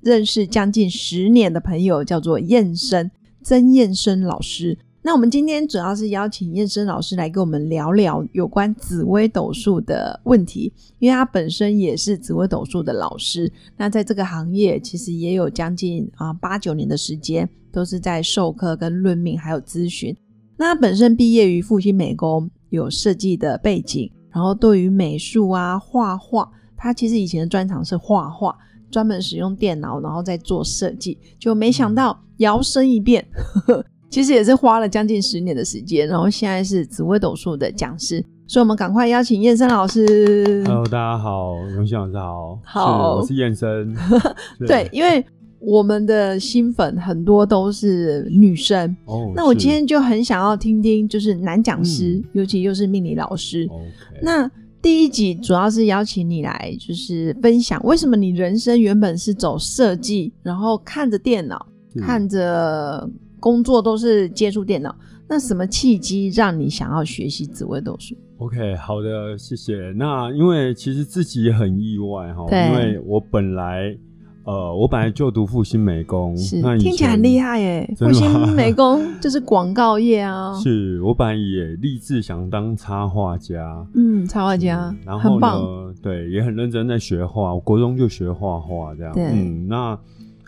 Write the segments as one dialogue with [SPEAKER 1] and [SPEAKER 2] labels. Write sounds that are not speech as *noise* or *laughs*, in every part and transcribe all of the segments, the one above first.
[SPEAKER 1] 认识将近十年的朋友，叫做燕生，曾燕生老师。那我们今天主要是邀请燕生老师来跟我们聊聊有关紫微斗数的问题，因为他本身也是紫微斗数的老师。那在这个行业其实也有将近啊八九年的时间，都是在授课、跟论命还有咨询。那他本身毕业于复兴美工，有设计的背景，然后对于美术啊、画画，他其实以前的专长是画画，专门使用电脑，然后再做设计。就没想到摇身一变， *laughs* 呵呵其实也是花了将近十年的时间，然后现在是紫微斗数的讲师。所以，我们赶快邀请燕生老师。
[SPEAKER 2] Hello，大家好，荣幸老师好，
[SPEAKER 1] 好。
[SPEAKER 2] 是我是燕生
[SPEAKER 1] *laughs* 对，因为我们的新粉很多都是女生，
[SPEAKER 2] 哦，
[SPEAKER 1] 那我
[SPEAKER 2] 是
[SPEAKER 1] 今天就很想要听听，就是男讲师，
[SPEAKER 2] 嗯哦
[SPEAKER 1] 尤其又是命理老师。
[SPEAKER 2] OK，
[SPEAKER 1] 那第一集主要是邀请你来，就是分享为什么你人生原本是走设计，然后看着电脑，
[SPEAKER 2] 是
[SPEAKER 1] 看着工作都是接触电脑，那什么契机让你想要学习紫微斗数？
[SPEAKER 2] 哦 OK，好的，谢谢。那因为其实自己也很意外哈，
[SPEAKER 1] 对
[SPEAKER 2] 因为我本来呃，我本来就读复兴美工，
[SPEAKER 1] 是
[SPEAKER 2] 那以前
[SPEAKER 1] 听起来很厉。害耶，
[SPEAKER 2] 真
[SPEAKER 1] 复
[SPEAKER 2] 的
[SPEAKER 1] 兴
[SPEAKER 2] 吗
[SPEAKER 1] 美工就是广告业啊，
[SPEAKER 2] *laughs* 是我本来也立志想当插画家，
[SPEAKER 1] 嗯，插画家
[SPEAKER 2] 嗯然
[SPEAKER 1] 很
[SPEAKER 2] 后
[SPEAKER 1] 棒，
[SPEAKER 2] 呢，对，也很认真在学画，我国中就学画画这样。
[SPEAKER 1] 对
[SPEAKER 2] 嗯，那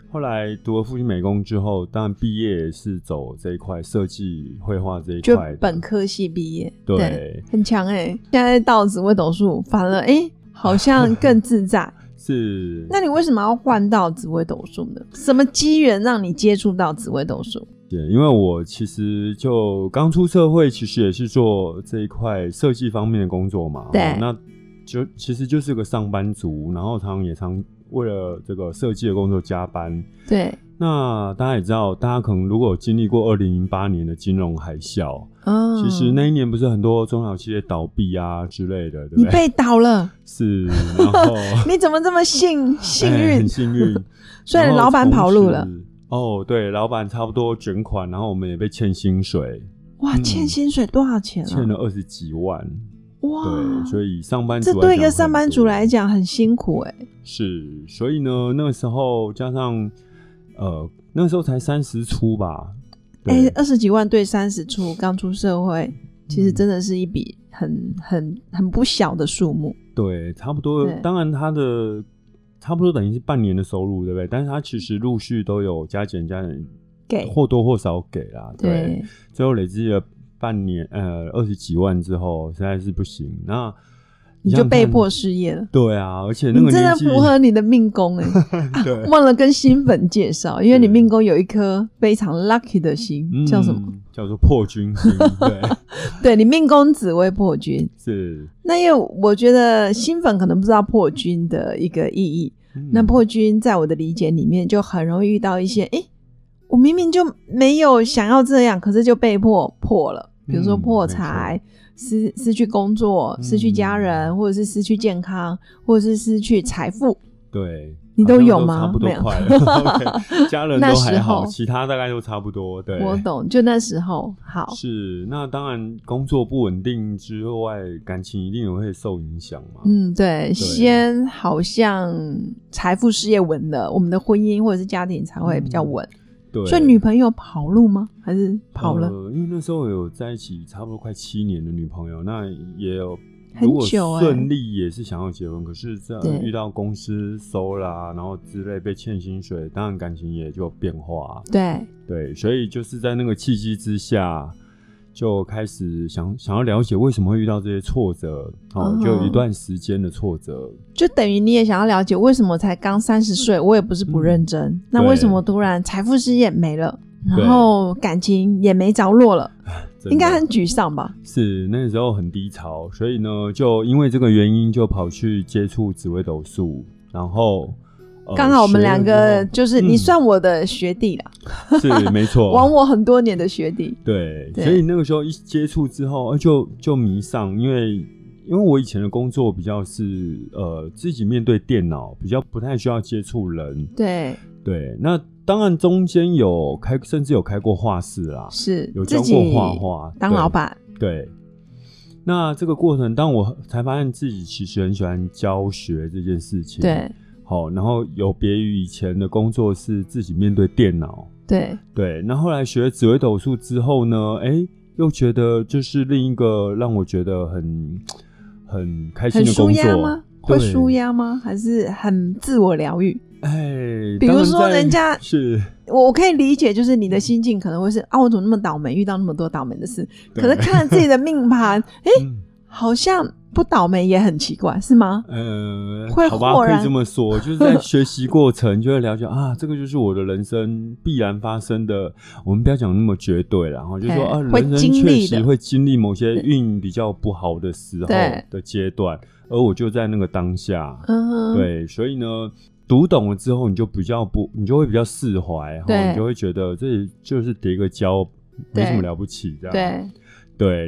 [SPEAKER 2] 后来读了复兴美工之后，当然毕业也是走这一块设计绘画这一
[SPEAKER 1] 就
[SPEAKER 2] 块的，
[SPEAKER 1] 本科系毕业，
[SPEAKER 2] 对，
[SPEAKER 1] 很强哎、现在到紫微斗数，反而哎、
[SPEAKER 2] *laughs*
[SPEAKER 1] 好像更自在。
[SPEAKER 2] 是。
[SPEAKER 1] 那你为什么要换到紫微斗数呢？什么机缘让你接触到紫微斗数？
[SPEAKER 2] 对，因为我其实就刚出社会，其实也是做这一块设计方面的工作嘛。
[SPEAKER 1] 对
[SPEAKER 2] 哦那就其实就是个上班族，然后常常也常为了这个设计的工作加班。
[SPEAKER 1] 对，
[SPEAKER 2] 那大家也知道，大家可能如果有经历过二零零八年的金融海啸，
[SPEAKER 1] 嗯，
[SPEAKER 2] 其实那一年不是很多中小企业倒闭啊之类的，对
[SPEAKER 1] 你
[SPEAKER 2] 不对？
[SPEAKER 1] 被倒了，
[SPEAKER 2] 是，然后
[SPEAKER 1] 你怎么这么
[SPEAKER 2] *laughs*
[SPEAKER 1] 幸 *laughs* 幸
[SPEAKER 2] 哎
[SPEAKER 1] 运，
[SPEAKER 2] 很？幸运
[SPEAKER 1] *laughs* 虽然
[SPEAKER 2] 后
[SPEAKER 1] 老板
[SPEAKER 2] 从
[SPEAKER 1] 跑路了
[SPEAKER 2] 此。哦，对，老板差不多卷款，然后我们也被欠薪水，
[SPEAKER 1] 哇，
[SPEAKER 2] 嗯
[SPEAKER 1] 欠薪水多少钱啊？
[SPEAKER 2] 欠了二十几万。
[SPEAKER 1] 哇，
[SPEAKER 2] 对，所以上班族
[SPEAKER 1] 这
[SPEAKER 2] 来
[SPEAKER 1] 对一
[SPEAKER 2] 讲
[SPEAKER 1] 个
[SPEAKER 2] 很
[SPEAKER 1] 上班
[SPEAKER 2] 多
[SPEAKER 1] 族来讲很辛苦哎、
[SPEAKER 2] 是，所以呢，那个时候加上呃，那个时候才三十出吧，
[SPEAKER 1] 哎、
[SPEAKER 2] 对，
[SPEAKER 1] 二十几万对三十出，刚出社会，其
[SPEAKER 2] 嗯
[SPEAKER 1] 实真的是一笔很很很不小的数目。
[SPEAKER 2] 对，差不多
[SPEAKER 1] 对。
[SPEAKER 2] 当然，他的差不多等于是半年的收入，对不对？但是他其实陆续都有加减加减，
[SPEAKER 1] 给
[SPEAKER 2] 或多或少给啦，
[SPEAKER 1] 对，
[SPEAKER 2] 最后累积了半年，呃，二十几万之后，实在是不行。那
[SPEAKER 1] 你就
[SPEAKER 2] 想想
[SPEAKER 1] 被
[SPEAKER 2] 看
[SPEAKER 1] 迫失业了。
[SPEAKER 2] 对啊，而且那
[SPEAKER 1] 你
[SPEAKER 2] 个
[SPEAKER 1] 真的
[SPEAKER 2] 年纪
[SPEAKER 1] 符合你的命宫哎、
[SPEAKER 2] *laughs* 对
[SPEAKER 1] *laughs* 忘了跟新粉介绍，因为你
[SPEAKER 2] 对
[SPEAKER 1] 命宫有一颗非常 lucky 的心，叫什么？
[SPEAKER 2] 嗯？叫做破军星，对，
[SPEAKER 1] 对你命宫紫微破军。
[SPEAKER 2] 是。
[SPEAKER 1] 那因为我觉得新粉可能不知道破军的一个意义。
[SPEAKER 2] 嗯
[SPEAKER 1] *laughs* 那破军在我的理解里面，就很容易遇到一些，诶，我明明就没有想要这样，可是就被迫破了。比如说
[SPEAKER 2] 嗯
[SPEAKER 1] 破
[SPEAKER 2] 没错
[SPEAKER 1] 财、失失去工作、失去家人，
[SPEAKER 2] 嗯
[SPEAKER 1] 或者是失去健康，或者是失去财富。
[SPEAKER 2] 嗯对，
[SPEAKER 1] 你
[SPEAKER 2] 好
[SPEAKER 1] 都
[SPEAKER 2] 像
[SPEAKER 1] 有吗
[SPEAKER 2] 差不多
[SPEAKER 1] 没有
[SPEAKER 2] 快了 *laughs*
[SPEAKER 1] *laughs*
[SPEAKER 2] ，OK，家人
[SPEAKER 1] 那
[SPEAKER 2] 都
[SPEAKER 1] 时
[SPEAKER 2] 还好，
[SPEAKER 1] 候
[SPEAKER 2] 其他大概都差不多。对，
[SPEAKER 1] 我懂，就那时候好，
[SPEAKER 2] 是，那当然工作不稳定之外，感情一定也会受影响嘛。
[SPEAKER 1] 嗯，对，先好像财富事业稳了，我们的婚姻或者是家庭才会比较稳。
[SPEAKER 2] 嗯对，
[SPEAKER 1] 所以女朋友跑路吗？还是跑了？
[SPEAKER 2] 呃因为那时候有在一起差不多快七年的女朋友，那也有。
[SPEAKER 1] 很
[SPEAKER 2] 如果
[SPEAKER 1] 久欸
[SPEAKER 2] 顺利也是想要结婚，可是这
[SPEAKER 1] 对
[SPEAKER 2] 遇到公司收啦，然后之类被欠薪水，当然感情也就有变化。
[SPEAKER 1] 对，
[SPEAKER 2] 对，所以就是在那个契机之下，就开始想想要了解为什么会遇到这些挫折，哦，
[SPEAKER 1] 嗯
[SPEAKER 2] 就有一段时间的挫折，
[SPEAKER 1] 就等于你也想要了解为什么才刚三
[SPEAKER 2] 嗯
[SPEAKER 1] 十岁，我也不是不认真，那为什么突然财富事业没了，
[SPEAKER 2] 对
[SPEAKER 1] 然后感情也没着落了，
[SPEAKER 2] 真的
[SPEAKER 1] 应该很沮丧吧？
[SPEAKER 2] 是那时候很低潮，所以呢，就因为这个原因就跑去接触紫微斗数，然后呃
[SPEAKER 1] 刚好我们
[SPEAKER 2] 学了
[SPEAKER 1] 两个 *laughs*
[SPEAKER 2] 之
[SPEAKER 1] 就是你
[SPEAKER 2] 嗯哦
[SPEAKER 1] 算我的学弟啦，
[SPEAKER 2] 后是没错，
[SPEAKER 1] 玩我很多年的学弟。
[SPEAKER 2] 对，
[SPEAKER 1] 对
[SPEAKER 2] 所以那个时候一接触之后，呃就就迷上，因为因为我以前的工作比较是呃自己面对电脑，比较不太需要接触人。
[SPEAKER 1] 对，
[SPEAKER 2] 对，那当然中间有开，甚至有开过画室啦，
[SPEAKER 1] 是
[SPEAKER 2] 有
[SPEAKER 1] 自
[SPEAKER 2] 教
[SPEAKER 1] 己
[SPEAKER 2] 过画画，
[SPEAKER 1] 当
[SPEAKER 2] 对
[SPEAKER 1] 老。板，
[SPEAKER 2] 对，那这个过程，当我才发现自己其实很喜欢教学这件事情。，
[SPEAKER 1] 对
[SPEAKER 2] 好，然后有别于以前的工作是自己面对电脑，
[SPEAKER 1] 对
[SPEAKER 2] 对，那后来学紫微斗数之后呢，哎，又觉得就是另一个让我觉得很很开
[SPEAKER 1] 很
[SPEAKER 2] 心的工
[SPEAKER 1] 舒压
[SPEAKER 2] 作
[SPEAKER 1] 吗？会
[SPEAKER 2] 对
[SPEAKER 1] 舒压吗？还是很自我疗愈？
[SPEAKER 2] 哎，
[SPEAKER 1] 比
[SPEAKER 2] 当
[SPEAKER 1] 如
[SPEAKER 2] 然
[SPEAKER 1] 说
[SPEAKER 2] 在
[SPEAKER 1] 人家
[SPEAKER 2] 是，
[SPEAKER 1] 我我可以理解，就是你的心境可能会是啊，我怎么那么倒霉，遇到那么多倒霉的事？
[SPEAKER 2] 对
[SPEAKER 1] 可是看了自己的命盘，哎、
[SPEAKER 2] 嗯
[SPEAKER 1] 好像不倒霉也很奇怪，是吗？
[SPEAKER 2] 呃，
[SPEAKER 1] 会
[SPEAKER 2] 好吧，
[SPEAKER 1] 豁
[SPEAKER 2] 可
[SPEAKER 1] 然
[SPEAKER 2] 以这么说，就是在学习过程就会了解 *laughs* 啊，这个就是我的人生必然发生的。我们不要讲那么绝对啦，然后就说啊，
[SPEAKER 1] 哎会
[SPEAKER 2] 人生
[SPEAKER 1] 经历
[SPEAKER 2] 确
[SPEAKER 1] 的
[SPEAKER 2] 实会经历某些运比较不好的时候
[SPEAKER 1] 对
[SPEAKER 2] 的阶段，而我就在那个当下，
[SPEAKER 1] 嗯哼，
[SPEAKER 2] 对，所以呢，读懂了之后，你就比较不，你就会比较释怀，
[SPEAKER 1] 对
[SPEAKER 2] 哈，你就会觉得这就是叠个胶，没什
[SPEAKER 1] 对
[SPEAKER 2] 么了不起，这样
[SPEAKER 1] 对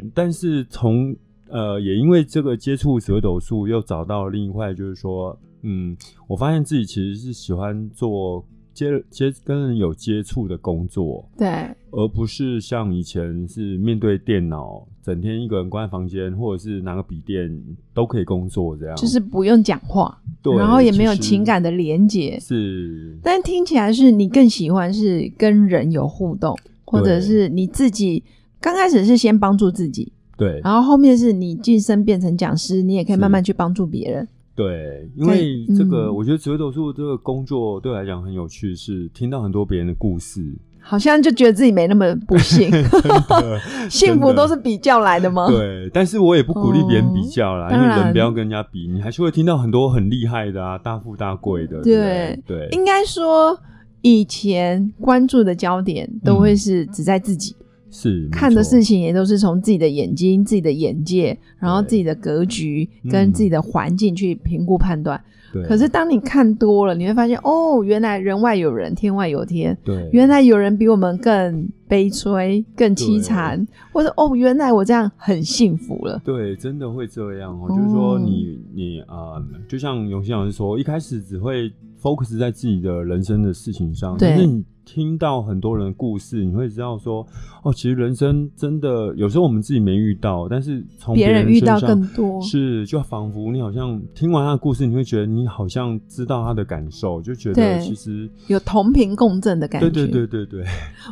[SPEAKER 2] 对但是从呃，也因为这个接触蛇斗术，又找到另一块，就是说，嗯，我发现自己其实是喜欢做接接跟人有接触的工作，
[SPEAKER 1] 对
[SPEAKER 2] 而不是像以前是面对电脑，整天一个人关在房间，或者是拿个笔电都可以工作这样，
[SPEAKER 1] 就是不用讲话，
[SPEAKER 2] 对，
[SPEAKER 1] 然后也
[SPEAKER 2] 其
[SPEAKER 1] 没有
[SPEAKER 2] 实
[SPEAKER 1] 情感的连结。
[SPEAKER 2] 是，
[SPEAKER 1] 但听起来是你更喜欢是跟人有互动，或者
[SPEAKER 2] 对
[SPEAKER 1] 是你自己刚开始是先帮助自己，
[SPEAKER 2] 对
[SPEAKER 1] 然后后面是你晋升变成讲师，你也可以
[SPEAKER 2] 是
[SPEAKER 1] 慢慢去帮助别人。
[SPEAKER 2] 对，因为
[SPEAKER 1] 在
[SPEAKER 2] 这个，
[SPEAKER 1] 嗯
[SPEAKER 2] 我觉得紫微斗数这个工作对我来讲很有趣，是听到很多别人的故事，
[SPEAKER 1] 好像就觉得自己没那么不幸， *laughs*
[SPEAKER 2] *laughs*
[SPEAKER 1] 幸福
[SPEAKER 2] 真的
[SPEAKER 1] 都是比较来的吗？
[SPEAKER 2] 对，但是我也不鼓励别人比较啦，
[SPEAKER 1] 哦
[SPEAKER 2] 因为
[SPEAKER 1] 当然
[SPEAKER 2] 人不要跟人家比，你还是会听到很多很厉害的啊，大富大贵的，
[SPEAKER 1] 对
[SPEAKER 2] 对不对对，
[SPEAKER 1] 应该说以前关注的焦点都会是只在自己、
[SPEAKER 2] 是没
[SPEAKER 1] 看的
[SPEAKER 2] 错
[SPEAKER 1] 事情，也都是从自己的眼睛、自己的眼界，然后
[SPEAKER 2] 对
[SPEAKER 1] 自己的格局
[SPEAKER 2] 嗯
[SPEAKER 1] 跟自己的环境去评估判断。
[SPEAKER 2] 对，
[SPEAKER 1] 可是当你看多了，你会发现哦，原来人外有人，天外有天。
[SPEAKER 2] 对，
[SPEAKER 1] 原来有人比我们更悲催、更凄
[SPEAKER 2] 对
[SPEAKER 1] 惨，或者哦，原来我这样很幸福了。
[SPEAKER 2] 对，真的会这样哦，就是说
[SPEAKER 1] 哦
[SPEAKER 2] 你你啊、呃就像永新老师说，一开始只会 focus 在自己的人生的事情上，
[SPEAKER 1] 对
[SPEAKER 2] 但是你听到很多人的故事，你会知道说，哦，其实人生真的有时候我们自己没遇到，但是从
[SPEAKER 1] 别人
[SPEAKER 2] 人
[SPEAKER 1] 遇到
[SPEAKER 2] 身上
[SPEAKER 1] 更多，
[SPEAKER 2] 是，就仿佛你好像听完他的故事，你会觉得你好像知道他的感受，就觉
[SPEAKER 1] 对
[SPEAKER 2] 得其实
[SPEAKER 1] 有同频共振的感觉。
[SPEAKER 2] 对对对对对，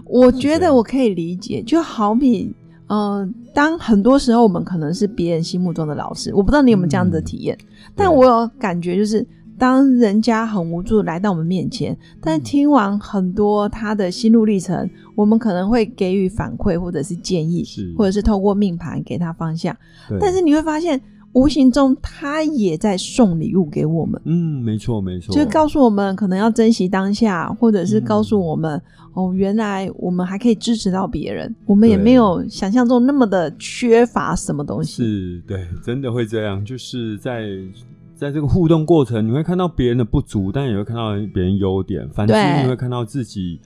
[SPEAKER 1] 我觉得
[SPEAKER 2] 嗯对
[SPEAKER 1] 我可以理解，就好比，嗯、当很多时候我们可能是别人心目中的老师，我不知道你有没有这样的体
[SPEAKER 2] 嗯
[SPEAKER 1] 验，但我有感觉就是，当人家很无助来到我们面
[SPEAKER 2] 嗯
[SPEAKER 1] 前，但听完很多他的心路历程，我们可能会给予反馈或者是建议
[SPEAKER 2] 是，
[SPEAKER 1] 或者是透过命盘给他方向，
[SPEAKER 2] 嗯对
[SPEAKER 1] 但是你会发现，无形中他也在送礼物给我们。
[SPEAKER 2] 嗯，没错没错，
[SPEAKER 1] 就是告诉我们可能要珍惜当下，或者是告
[SPEAKER 2] 嗯
[SPEAKER 1] 诉我们、哦，原来我们还可以支持到别人，我们也
[SPEAKER 2] 对
[SPEAKER 1] 没有想象中那么的缺乏什么东西。
[SPEAKER 2] 是对，真的会这样，就是在在这个互动过程，你会看到别人的不足，但也会看到别人优点，反之
[SPEAKER 1] 对
[SPEAKER 2] 你会看到自己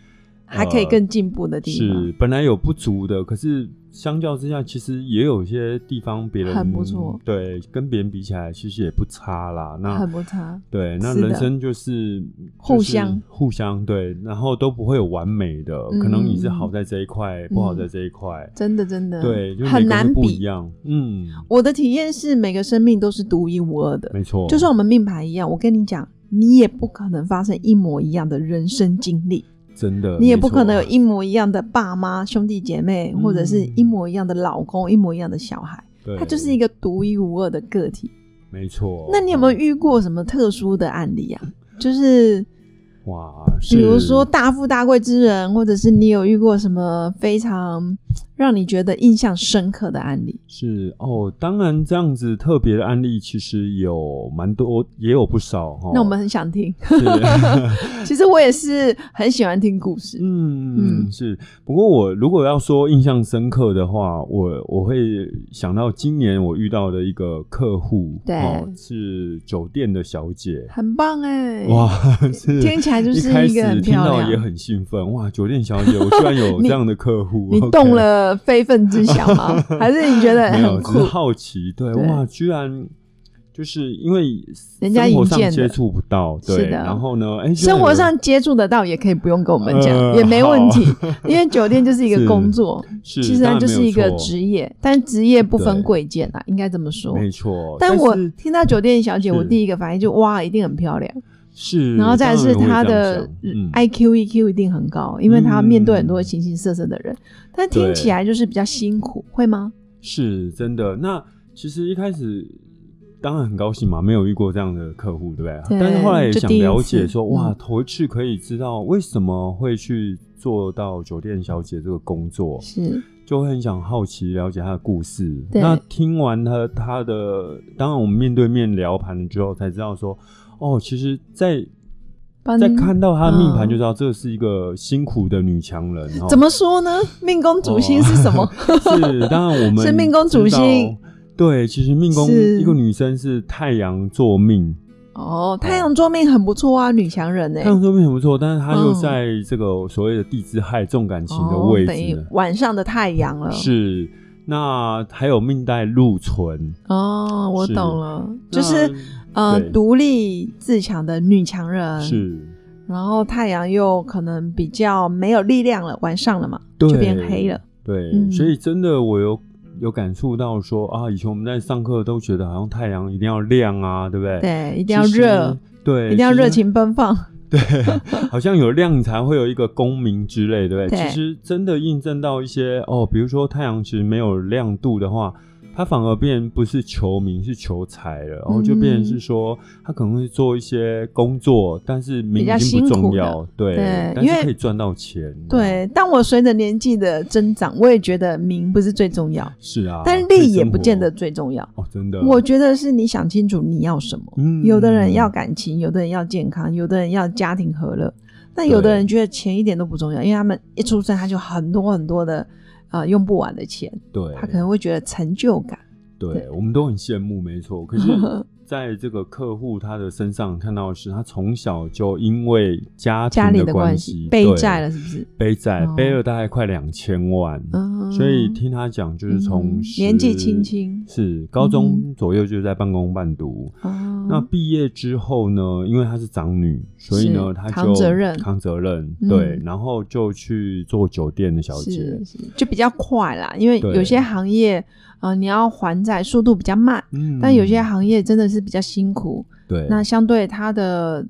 [SPEAKER 2] 呃
[SPEAKER 1] 还可以更进步的地方，
[SPEAKER 2] 啊是本来有不足的，可是相较之下，其实也有些地方别人
[SPEAKER 1] 很不错，
[SPEAKER 2] 对，跟别人比起来，其实也不差啦。那
[SPEAKER 1] 很不差。
[SPEAKER 2] 对，那
[SPEAKER 1] 是的
[SPEAKER 2] 人生就是
[SPEAKER 1] 互
[SPEAKER 2] 就是
[SPEAKER 1] 相
[SPEAKER 2] 互相对，然后都不会有完美的，可能你是
[SPEAKER 1] 嗯
[SPEAKER 2] 好在这一块，不好在这一块，
[SPEAKER 1] 真的，真的，
[SPEAKER 2] 对，就每
[SPEAKER 1] 很
[SPEAKER 2] 个人
[SPEAKER 1] 难
[SPEAKER 2] 不一
[SPEAKER 1] 比。
[SPEAKER 2] 样，嗯，
[SPEAKER 1] 我的体验是，每个生命都是独一无二的，
[SPEAKER 2] 没错，
[SPEAKER 1] 就像我们命盘一样。我跟你讲，你也不可能发生一模一样的人生经历，
[SPEAKER 2] 真的，
[SPEAKER 1] 你也
[SPEAKER 2] 呃没
[SPEAKER 1] 不可
[SPEAKER 2] 错啊嗯
[SPEAKER 1] 能有一模一样的爸妈、兄弟姐妹，或者是一模一样的老公、一模一样的小孩。
[SPEAKER 2] 对，
[SPEAKER 1] 他就是一个独一无二的个体。
[SPEAKER 2] 没错。
[SPEAKER 1] 那你有没有
[SPEAKER 2] 嗯
[SPEAKER 1] 遇过什么特殊的案例
[SPEAKER 2] *laughs*
[SPEAKER 1] 啊？就是
[SPEAKER 2] 哇？
[SPEAKER 1] 比如
[SPEAKER 2] 是
[SPEAKER 1] 说大富大贵之人，或者是你有遇过什么非常让你觉得印象深刻的案例？
[SPEAKER 2] 是哦，当然这样子特别的案例其实有蛮多，也有不少哈。
[SPEAKER 1] 那我们很想听。 *laughs*
[SPEAKER 2] 是
[SPEAKER 1] 其实我也是很喜欢听故
[SPEAKER 2] *laughs*
[SPEAKER 1] 事。
[SPEAKER 2] 嗯嗯是，不过我如果要说印象深刻的话，我我会想到今年我遇到的一个客户，
[SPEAKER 1] 对
[SPEAKER 2] 哦，是酒店的小姐，
[SPEAKER 1] 很棒哎、
[SPEAKER 2] 哇，是
[SPEAKER 1] 听起来就是
[SPEAKER 2] 一开
[SPEAKER 1] 一个
[SPEAKER 2] 始
[SPEAKER 1] 很
[SPEAKER 2] 听
[SPEAKER 1] 漂
[SPEAKER 2] 到也
[SPEAKER 1] 亮。
[SPEAKER 2] 很兴奋，哇，酒店小姐，我居然有
[SPEAKER 1] 你 *laughs*
[SPEAKER 2] 这样的客户，
[SPEAKER 1] 你
[SPEAKER 2] OK
[SPEAKER 1] 动了非分之想吗？
[SPEAKER 2] *laughs*
[SPEAKER 1] 还是你觉得
[SPEAKER 2] 没有，
[SPEAKER 1] 很
[SPEAKER 2] 只是
[SPEAKER 1] 酷？
[SPEAKER 2] 好奇，对，
[SPEAKER 1] 对
[SPEAKER 2] 哇，居然就是因为
[SPEAKER 1] 人家
[SPEAKER 2] 生活
[SPEAKER 1] 引
[SPEAKER 2] 上
[SPEAKER 1] 荐的
[SPEAKER 2] 接触不到，
[SPEAKER 1] 是
[SPEAKER 2] 对，
[SPEAKER 1] 的
[SPEAKER 2] 然后呢，哎，居然
[SPEAKER 1] *laughs* 生活
[SPEAKER 2] 有
[SPEAKER 1] 上接触得到，也可以不用跟我们讲，
[SPEAKER 2] 呃
[SPEAKER 1] 也没问题，因为酒店就是一个
[SPEAKER 2] *laughs* 是
[SPEAKER 1] 工作，
[SPEAKER 2] 是
[SPEAKER 1] 其实
[SPEAKER 2] 当
[SPEAKER 1] 它
[SPEAKER 2] 然
[SPEAKER 1] 就是
[SPEAKER 2] 没有
[SPEAKER 1] 一个
[SPEAKER 2] 错
[SPEAKER 1] 职业，但职业不分
[SPEAKER 2] 对
[SPEAKER 1] 贵贱啊，应该这么说。
[SPEAKER 2] 没错，
[SPEAKER 1] 但我
[SPEAKER 2] 是
[SPEAKER 1] 听到酒店小姐，我
[SPEAKER 2] 是
[SPEAKER 1] 第一个反应就哇，一定很漂亮，
[SPEAKER 2] 是，
[SPEAKER 1] 然后再来是
[SPEAKER 2] 当
[SPEAKER 1] 她
[SPEAKER 2] 然我也这样
[SPEAKER 1] 的
[SPEAKER 2] 想嗯
[SPEAKER 1] IQ、EQ E 一定很高，因为她面对很多
[SPEAKER 2] 嗯
[SPEAKER 1] 形形色色的人，但听
[SPEAKER 2] 对
[SPEAKER 1] 起来就是比较辛苦，会吗？
[SPEAKER 2] 是真的。那其实一开始当然很高兴嘛，没有遇过这样的客户，对不对？
[SPEAKER 1] 对
[SPEAKER 2] 但是后来也
[SPEAKER 1] 就
[SPEAKER 2] 想
[SPEAKER 1] 第一
[SPEAKER 2] 了
[SPEAKER 1] 次
[SPEAKER 2] 解说，哇，
[SPEAKER 1] 嗯
[SPEAKER 2] 头一次可以知道为什么会去做到酒店小姐这个工作，
[SPEAKER 1] 是
[SPEAKER 2] 就会很想好奇了解她的故事。
[SPEAKER 1] 对
[SPEAKER 2] 那听完她她的，当然我们面对面聊盘了之后，才知道说，哦，其实在。
[SPEAKER 1] 帮
[SPEAKER 2] 在看到她的命
[SPEAKER 1] 嗯
[SPEAKER 2] 盘就知道，这是一个辛苦的女强人。哦
[SPEAKER 1] 怎么说呢？命宫主星是什么？
[SPEAKER 2] 是，当然
[SPEAKER 1] *laughs*
[SPEAKER 2] 我们
[SPEAKER 1] 是命宫主
[SPEAKER 2] 知道
[SPEAKER 1] 星。
[SPEAKER 2] 对，其实命宫
[SPEAKER 1] 是
[SPEAKER 2] 一个女生是太阳座命， *laughs*
[SPEAKER 1] 哦，太阳座命很不错啊，女强人呢、
[SPEAKER 2] 太阳座命很不错，但是她又
[SPEAKER 1] 嗯
[SPEAKER 2] 在这个所谓的地支亥重感情的
[SPEAKER 1] 哦
[SPEAKER 2] 位，
[SPEAKER 1] 等于
[SPEAKER 2] 置呢，
[SPEAKER 1] 晚上的太阳了。
[SPEAKER 2] 是。那还有命带禄存，
[SPEAKER 1] 哦，我
[SPEAKER 2] 是
[SPEAKER 1] 懂了，就是
[SPEAKER 2] 那
[SPEAKER 1] 呃，
[SPEAKER 2] 对
[SPEAKER 1] 独立自强的女强人，
[SPEAKER 2] 是
[SPEAKER 1] 然后太阳又可能比较没有力量了，晚上了嘛，
[SPEAKER 2] 对
[SPEAKER 1] 就变黑了。
[SPEAKER 2] 对，
[SPEAKER 1] 嗯
[SPEAKER 2] 所以真的我有有感触到说啊，以前我们在上课都觉得好像太阳一定要亮啊，对不对？，
[SPEAKER 1] 对，一定要热，，
[SPEAKER 2] 对，
[SPEAKER 1] 一定要
[SPEAKER 2] 其实
[SPEAKER 1] 热情奔放。
[SPEAKER 2] 好像有亮你才会有一个功名之类，对不对？
[SPEAKER 1] 对
[SPEAKER 2] 其实真的印证到一些哦，比如说太阳其实没有亮度的话，它反而变不是求名是求财了，然后就变成
[SPEAKER 1] 嗯
[SPEAKER 2] 是说他可能会做一些工作，但是名已经不重要，对，
[SPEAKER 1] 对
[SPEAKER 2] 但
[SPEAKER 1] 因为
[SPEAKER 2] 是可以赚到钱，，
[SPEAKER 1] 对，但我随着年纪的增长，我也觉得名不是最重要，
[SPEAKER 2] 是啊，
[SPEAKER 1] 但
[SPEAKER 2] 可以
[SPEAKER 1] 利也
[SPEAKER 2] 生活
[SPEAKER 1] 不见得最重要。
[SPEAKER 2] 哦，真的，
[SPEAKER 1] 我觉得是你想清楚你要什么。
[SPEAKER 2] 嗯
[SPEAKER 1] 有的人要感情，有的人要健康，有的人要家庭和乐。那有的人觉得钱一点都不重要，因为他们一出生他就很多很多的呃用不完的钱，
[SPEAKER 2] 对，
[SPEAKER 1] 他可能会觉得成就感。
[SPEAKER 2] 对
[SPEAKER 1] 对
[SPEAKER 2] 我们都很羡慕，没错。
[SPEAKER 1] *laughs*
[SPEAKER 2] 可是在这个客户他的身上看到的是，他从小就因为家
[SPEAKER 1] 家
[SPEAKER 2] 庭
[SPEAKER 1] 里
[SPEAKER 2] 的
[SPEAKER 1] 的关
[SPEAKER 2] 系
[SPEAKER 1] 系背
[SPEAKER 2] 对
[SPEAKER 1] 债了，是不是？
[SPEAKER 2] 背债
[SPEAKER 1] 哦
[SPEAKER 2] 背了大概快两千万，
[SPEAKER 1] 嗯，
[SPEAKER 2] 所以听他讲就是从
[SPEAKER 1] 嗯
[SPEAKER 2] 10
[SPEAKER 1] 年纪轻轻嗯
[SPEAKER 2] 是高中左右就在半工半读。
[SPEAKER 1] 哦，
[SPEAKER 2] 那毕业之后呢，因为她是长女，所以呢
[SPEAKER 1] 是
[SPEAKER 2] 她
[SPEAKER 1] 扛
[SPEAKER 2] 就
[SPEAKER 1] 责任
[SPEAKER 2] 扛责任，
[SPEAKER 1] 嗯
[SPEAKER 2] 对，然后就去做酒店的小姐
[SPEAKER 1] 是，是就比较快啦，因为
[SPEAKER 2] 对
[SPEAKER 1] 有些行业呃你要还债速度比较慢，
[SPEAKER 2] 嗯，
[SPEAKER 1] 但有些行业真的是比较辛苦，
[SPEAKER 2] 对，
[SPEAKER 1] 那相对它的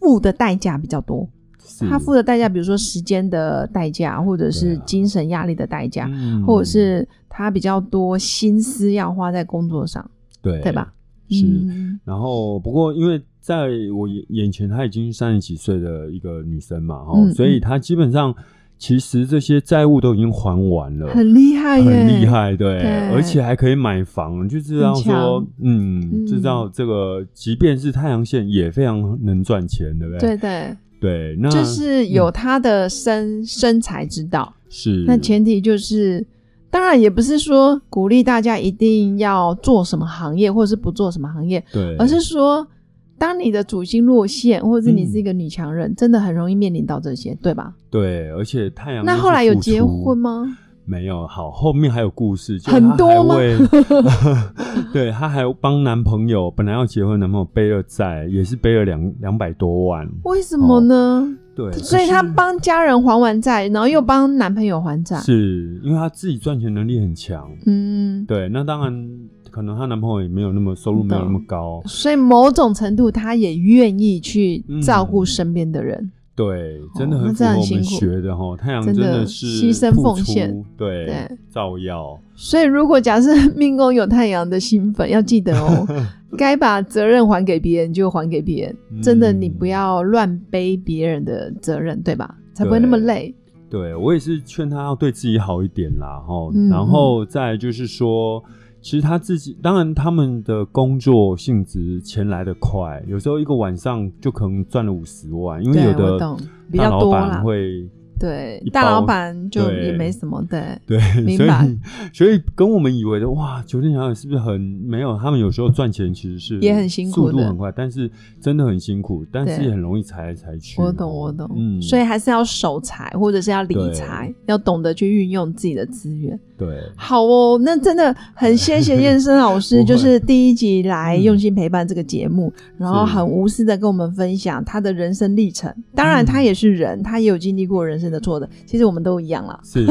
[SPEAKER 1] 付的代价比较多，
[SPEAKER 2] 是
[SPEAKER 1] 它付的代价，比如说时间的代价，或者是
[SPEAKER 2] 对啊
[SPEAKER 1] 精神压力的代价，
[SPEAKER 2] 嗯
[SPEAKER 1] 或者是他比较多心思要花在工作上，
[SPEAKER 2] 对
[SPEAKER 1] 对吧？
[SPEAKER 2] 是
[SPEAKER 1] 嗯
[SPEAKER 2] 然后不过因为在我眼眼前，她已经三十几岁的一个女生嘛，哈、
[SPEAKER 1] 嗯
[SPEAKER 2] 所以她基本上其实这些债务都已经还完了。
[SPEAKER 1] 很厉害耶，
[SPEAKER 2] 很厉，害，对，
[SPEAKER 1] 对
[SPEAKER 2] 而且还可以买房，就知道
[SPEAKER 1] 很
[SPEAKER 2] 说
[SPEAKER 1] 强，嗯
[SPEAKER 2] 嗯，知道这个，即便是太阳线也非常能赚钱，对不
[SPEAKER 1] 对
[SPEAKER 2] 对？
[SPEAKER 1] 对，
[SPEAKER 2] 对，那
[SPEAKER 1] 就是有他的身身材之道，
[SPEAKER 2] 嗯是
[SPEAKER 1] 那前提就是。当然也不是说鼓励大家一定要做什么行业，或者是不做什么行业，
[SPEAKER 2] 对，
[SPEAKER 1] 而是说，当你的主心落线，或者是你
[SPEAKER 2] 嗯
[SPEAKER 1] 是一个女强人，真的很容易面临到这些，对吧？
[SPEAKER 2] 对，而且太阳
[SPEAKER 1] 那
[SPEAKER 2] 又是
[SPEAKER 1] 后来有
[SPEAKER 2] 付
[SPEAKER 1] 结
[SPEAKER 2] 出
[SPEAKER 1] 婚吗？
[SPEAKER 2] 没有，好，后面还有故事，就
[SPEAKER 1] 很
[SPEAKER 2] 她
[SPEAKER 1] 多
[SPEAKER 2] 还
[SPEAKER 1] 吗 *laughs*
[SPEAKER 2] 为 *laughs* 对，她还帮男朋友，本来要结婚，男朋友背了债，也是背了两两百多万，
[SPEAKER 1] 为什么呢？
[SPEAKER 2] 哦对，
[SPEAKER 1] 所以
[SPEAKER 2] 可是嗯
[SPEAKER 1] 她帮家人还完债，然后又帮男朋友还债。
[SPEAKER 2] 是因为她自己赚钱能力很强，
[SPEAKER 1] 嗯，
[SPEAKER 2] 对，那当然可能她男朋友也没有那么收入没有那么高，
[SPEAKER 1] 所以某种程度，她也愿意去照顾
[SPEAKER 2] 嗯
[SPEAKER 1] 身边的人。
[SPEAKER 2] 对，真的
[SPEAKER 1] 哦那
[SPEAKER 2] 很符
[SPEAKER 1] 这样
[SPEAKER 2] 合
[SPEAKER 1] 很
[SPEAKER 2] 我
[SPEAKER 1] 辛苦
[SPEAKER 2] 们学的哈，太阳
[SPEAKER 1] 真
[SPEAKER 2] 真
[SPEAKER 1] 的
[SPEAKER 2] 的是
[SPEAKER 1] 牺牲
[SPEAKER 2] 付
[SPEAKER 1] 奉
[SPEAKER 2] 出
[SPEAKER 1] 献，
[SPEAKER 2] 对
[SPEAKER 1] 对，
[SPEAKER 2] 照耀，
[SPEAKER 1] 所以，如果假设命宫有太阳的新粉，要记得
[SPEAKER 2] *laughs*
[SPEAKER 1] 哦，该把责任还给别人就还给别人，真的，你
[SPEAKER 2] 嗯
[SPEAKER 1] 不要乱背别人的责任，对吧？才不会那么
[SPEAKER 2] 对
[SPEAKER 1] 累。
[SPEAKER 2] 对我也是劝他要对自己好一点啦，哈、
[SPEAKER 1] 嗯
[SPEAKER 2] 然后再来就是说，其实他自己，当然他们的工作性质钱来得快，有时候一个晚上就可能赚了五十万，因为
[SPEAKER 1] 对
[SPEAKER 2] 有
[SPEAKER 1] 我
[SPEAKER 2] 的
[SPEAKER 1] 懂比
[SPEAKER 2] 大
[SPEAKER 1] 较
[SPEAKER 2] 老
[SPEAKER 1] 多
[SPEAKER 2] 板
[SPEAKER 1] 啦
[SPEAKER 2] 会
[SPEAKER 1] 对
[SPEAKER 2] 一，
[SPEAKER 1] 大
[SPEAKER 2] 包
[SPEAKER 1] 老板就
[SPEAKER 2] 对
[SPEAKER 1] 也没什么，对，
[SPEAKER 2] 对，
[SPEAKER 1] 明
[SPEAKER 2] 所
[SPEAKER 1] 白
[SPEAKER 2] 以所以跟我们以为的哇，酒店小姐是不是很没有？他们有时候赚钱其实是
[SPEAKER 1] 也很辛苦的
[SPEAKER 2] 速度很快，但是真的很辛苦，但是
[SPEAKER 1] 对
[SPEAKER 2] 也很容易裁来裁去。
[SPEAKER 1] 我懂，我懂。
[SPEAKER 2] 嗯，
[SPEAKER 1] 所以还是要守财，或者是要理
[SPEAKER 2] 对
[SPEAKER 1] 财，要懂得去运用自己的资源。 *laughs*
[SPEAKER 2] 对，
[SPEAKER 1] 好哦，那真的很谢谢燕生老师，
[SPEAKER 2] *laughs* 不会
[SPEAKER 1] 就是第一集来
[SPEAKER 2] 嗯
[SPEAKER 1] 用心陪伴这个节目，然后
[SPEAKER 2] 是
[SPEAKER 1] 很无私的跟我们分享他的人生历程。当然，
[SPEAKER 2] 嗯
[SPEAKER 1] 他也是人，他也有经历过人生的挫折。其实我们都一样啦，
[SPEAKER 2] 是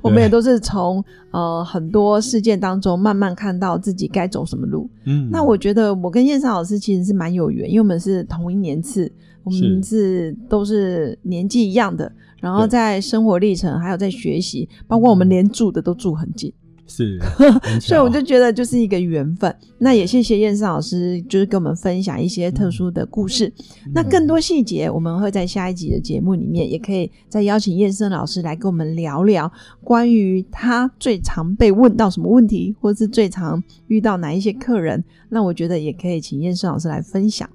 [SPEAKER 1] 我们也都是从呃很多事件当中慢慢看到自己该走什么路。
[SPEAKER 2] 嗯，
[SPEAKER 1] *laughs* 那我觉得我跟燕山老师其实是蛮有缘，因为我们是同一年次，我们是都是年纪一样的，然后
[SPEAKER 2] 对
[SPEAKER 1] 在生活历程还有在学习，包括我们连住的都住很近， *laughs*
[SPEAKER 2] 是，
[SPEAKER 1] 所以我就觉得就是一个缘分。那也谢谢燕山老师，就是跟我们分享一些特殊的故事。那更多细节，我们会在下一集的节目里面，也可以再邀请燕生老师来跟我们聊聊关于他最常被问到什么问题，或是最常遇到哪一些客人。那我觉得也可以请燕生老师来分享。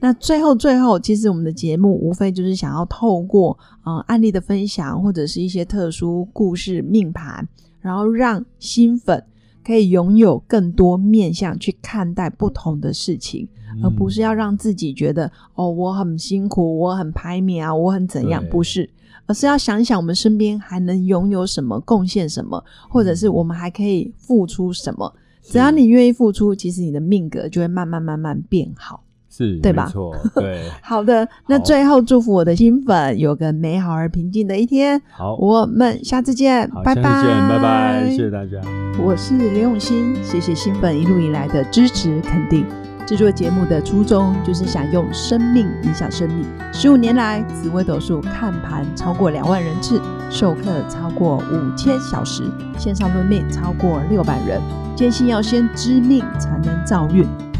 [SPEAKER 1] 那最后最后，其实我们的节目无非就是想要透过呃案例的分享，或者是一些特殊故事命盘，然后让新粉可以拥有更多面向去看待不同的事情。而啊
[SPEAKER 2] 嗯
[SPEAKER 1] 不是要让自己觉得哦，我很辛苦，我很排面啊，我很怎样，
[SPEAKER 2] 对
[SPEAKER 1] 不是，而是要想一想我们身边还能拥有什么，贡献什么，或者是
[SPEAKER 2] 嗯
[SPEAKER 1] 我们还可以付出什么。只要你愿意付出，其实你的命格就会慢慢慢慢变好。
[SPEAKER 2] 是
[SPEAKER 1] 对吧
[SPEAKER 2] 没错，对，
[SPEAKER 1] *laughs* 好的，那
[SPEAKER 2] 好
[SPEAKER 1] 最后祝福我的新粉有个美好而平静的一天。
[SPEAKER 2] 好，
[SPEAKER 1] 我们下次见，
[SPEAKER 2] 好，
[SPEAKER 1] 拜
[SPEAKER 2] 下
[SPEAKER 1] 拜，
[SPEAKER 2] 次见，拜拜，谢谢大家。
[SPEAKER 1] 我是刘永新，谢谢新粉一路以来的支持肯定。制作节目的初衷就是想用生命影响生命。十五年来，紫微斗数看盘超过两万人次，授课超过五千小时，线上论命超过六百人。坚信要先知命才能造运，